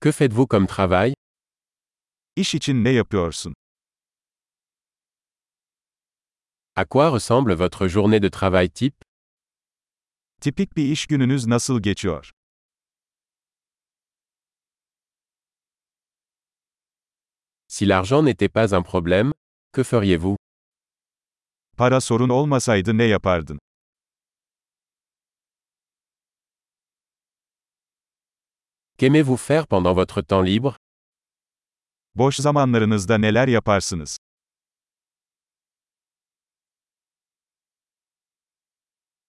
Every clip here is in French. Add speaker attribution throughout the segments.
Speaker 1: Que faites-vous comme travail
Speaker 2: İş için ne yapıyorsun?
Speaker 1: À quoi ressemble votre journée de travail type
Speaker 2: Tipik bir iş gününüz nasıl geçiyor?
Speaker 1: Si l'argent n'était pas un problème, que feriez-vous
Speaker 2: Para sorun olmasaydı ne yapardın?
Speaker 1: Qu'aimez-vous faire pendant votre temps libre
Speaker 2: Boş zamanlarınızda neler yaparsınız?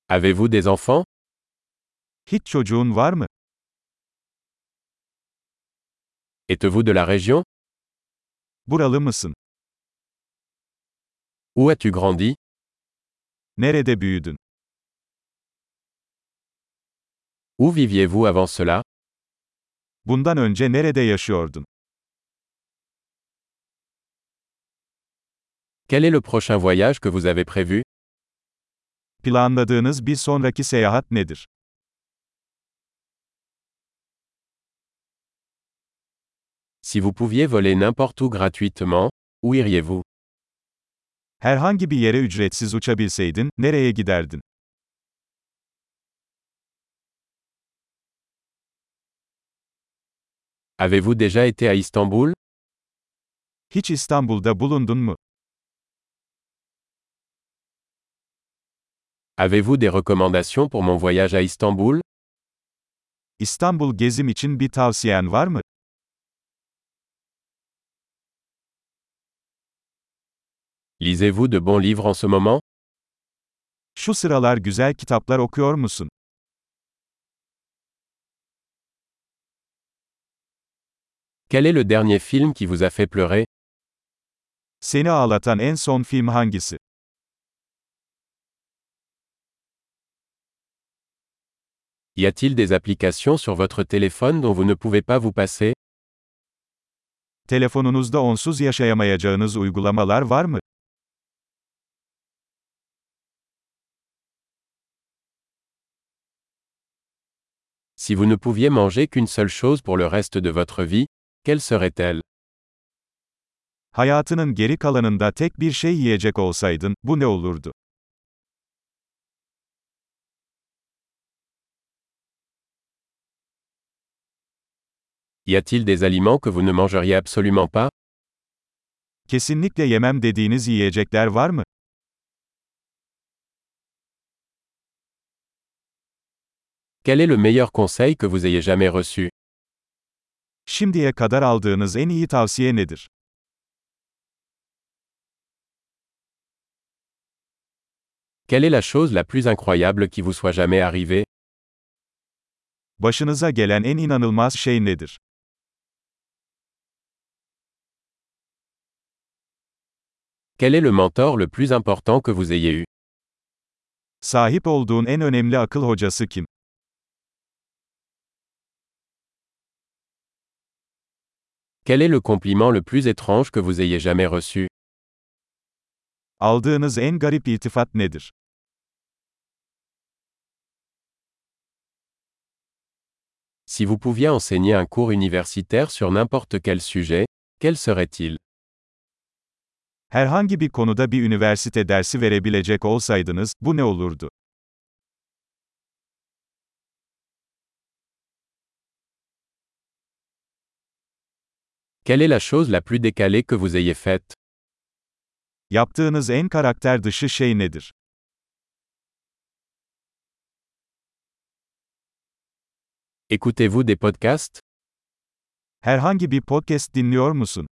Speaker 1: Avez-vous des enfants
Speaker 2: Hiç çocuğun var mı?
Speaker 1: Êtes-vous de la région
Speaker 2: Buralı mısın?
Speaker 1: Où as-tu grandi
Speaker 2: Nerede büyüdün?
Speaker 1: Où viviez-vous avant cela
Speaker 2: Bundan önce nerede yaşıyordun?
Speaker 1: Quel est le prochain voyage que vous avez prévu
Speaker 2: Planladığınız bir sonraki seyahat nedir?
Speaker 1: Si vous pouviez voler n'importe où gratuitement, où iriez-vous
Speaker 2: Herhangi bir yere ücretsiz uçabilseydin, nereye giderdin?
Speaker 1: Avez-vous déjà été à Istanbul
Speaker 2: Hiç İstanbul'da bulundun mu?
Speaker 1: Avez-vous des recommandations pour mon voyage à Istanbul
Speaker 2: İstanbul gezim için bir tavsiyen var mı?
Speaker 1: Lisez-vous de bons livres en ce moment
Speaker 2: Şu sıralar güzel kitaplar okuyor musun?
Speaker 1: Quel est le dernier film qui vous a fait pleurer
Speaker 2: Seni ağlatan en son film hangisi?
Speaker 1: Y a-t-il des applications sur votre téléphone dont vous ne pouvez pas vous passer
Speaker 2: Telefonunuzda onsuz yaşayamayacağınız uygulamalar var mı?
Speaker 1: Si vous ne pouviez manger qu'une seule chose pour le reste de votre vie, quelle serait-elle
Speaker 2: Hayatının geri kalanında tek bir şey yiyecek olsaydın, bu ne olurdu?
Speaker 1: Y a-t-il des aliments que vous ne mangeriez absolument pas
Speaker 2: Kesinlikle yemem dediğiniz yiyecekler var mı?
Speaker 1: Quel est le meilleur conseil que vous ayez jamais reçu
Speaker 2: Şimdiye kadar aldığınız en iyi tavsiye nedir?
Speaker 1: Quelle est la chose la plus incroyable qui vous soit jamais arrivée
Speaker 2: Başınıza gelen en inanılmaz şey nedir?
Speaker 1: Quel est le mentor le plus important que vous ayez eu
Speaker 2: Sahip olduğun en önemli akıl hocası kim?
Speaker 1: Quel est le compliment le plus étrange que vous ayez jamais reçu
Speaker 2: Aldığınız en garip iltifat nedir?
Speaker 1: Si vous pouviez enseigner un cours universitaire sur n'importe quel sujet, quel serait-il
Speaker 2: Herhangi bir konuda bir üniversite dersi verebilecek olsaydınız, bu ne olurdu?
Speaker 1: Quelle est la chose la plus décalée que vous ayez faite
Speaker 2: Yaptığınız en karakter dışı şey nedir?
Speaker 1: Écoutez-vous des podcasts
Speaker 2: Herhangi bir podcast dinliyor musun?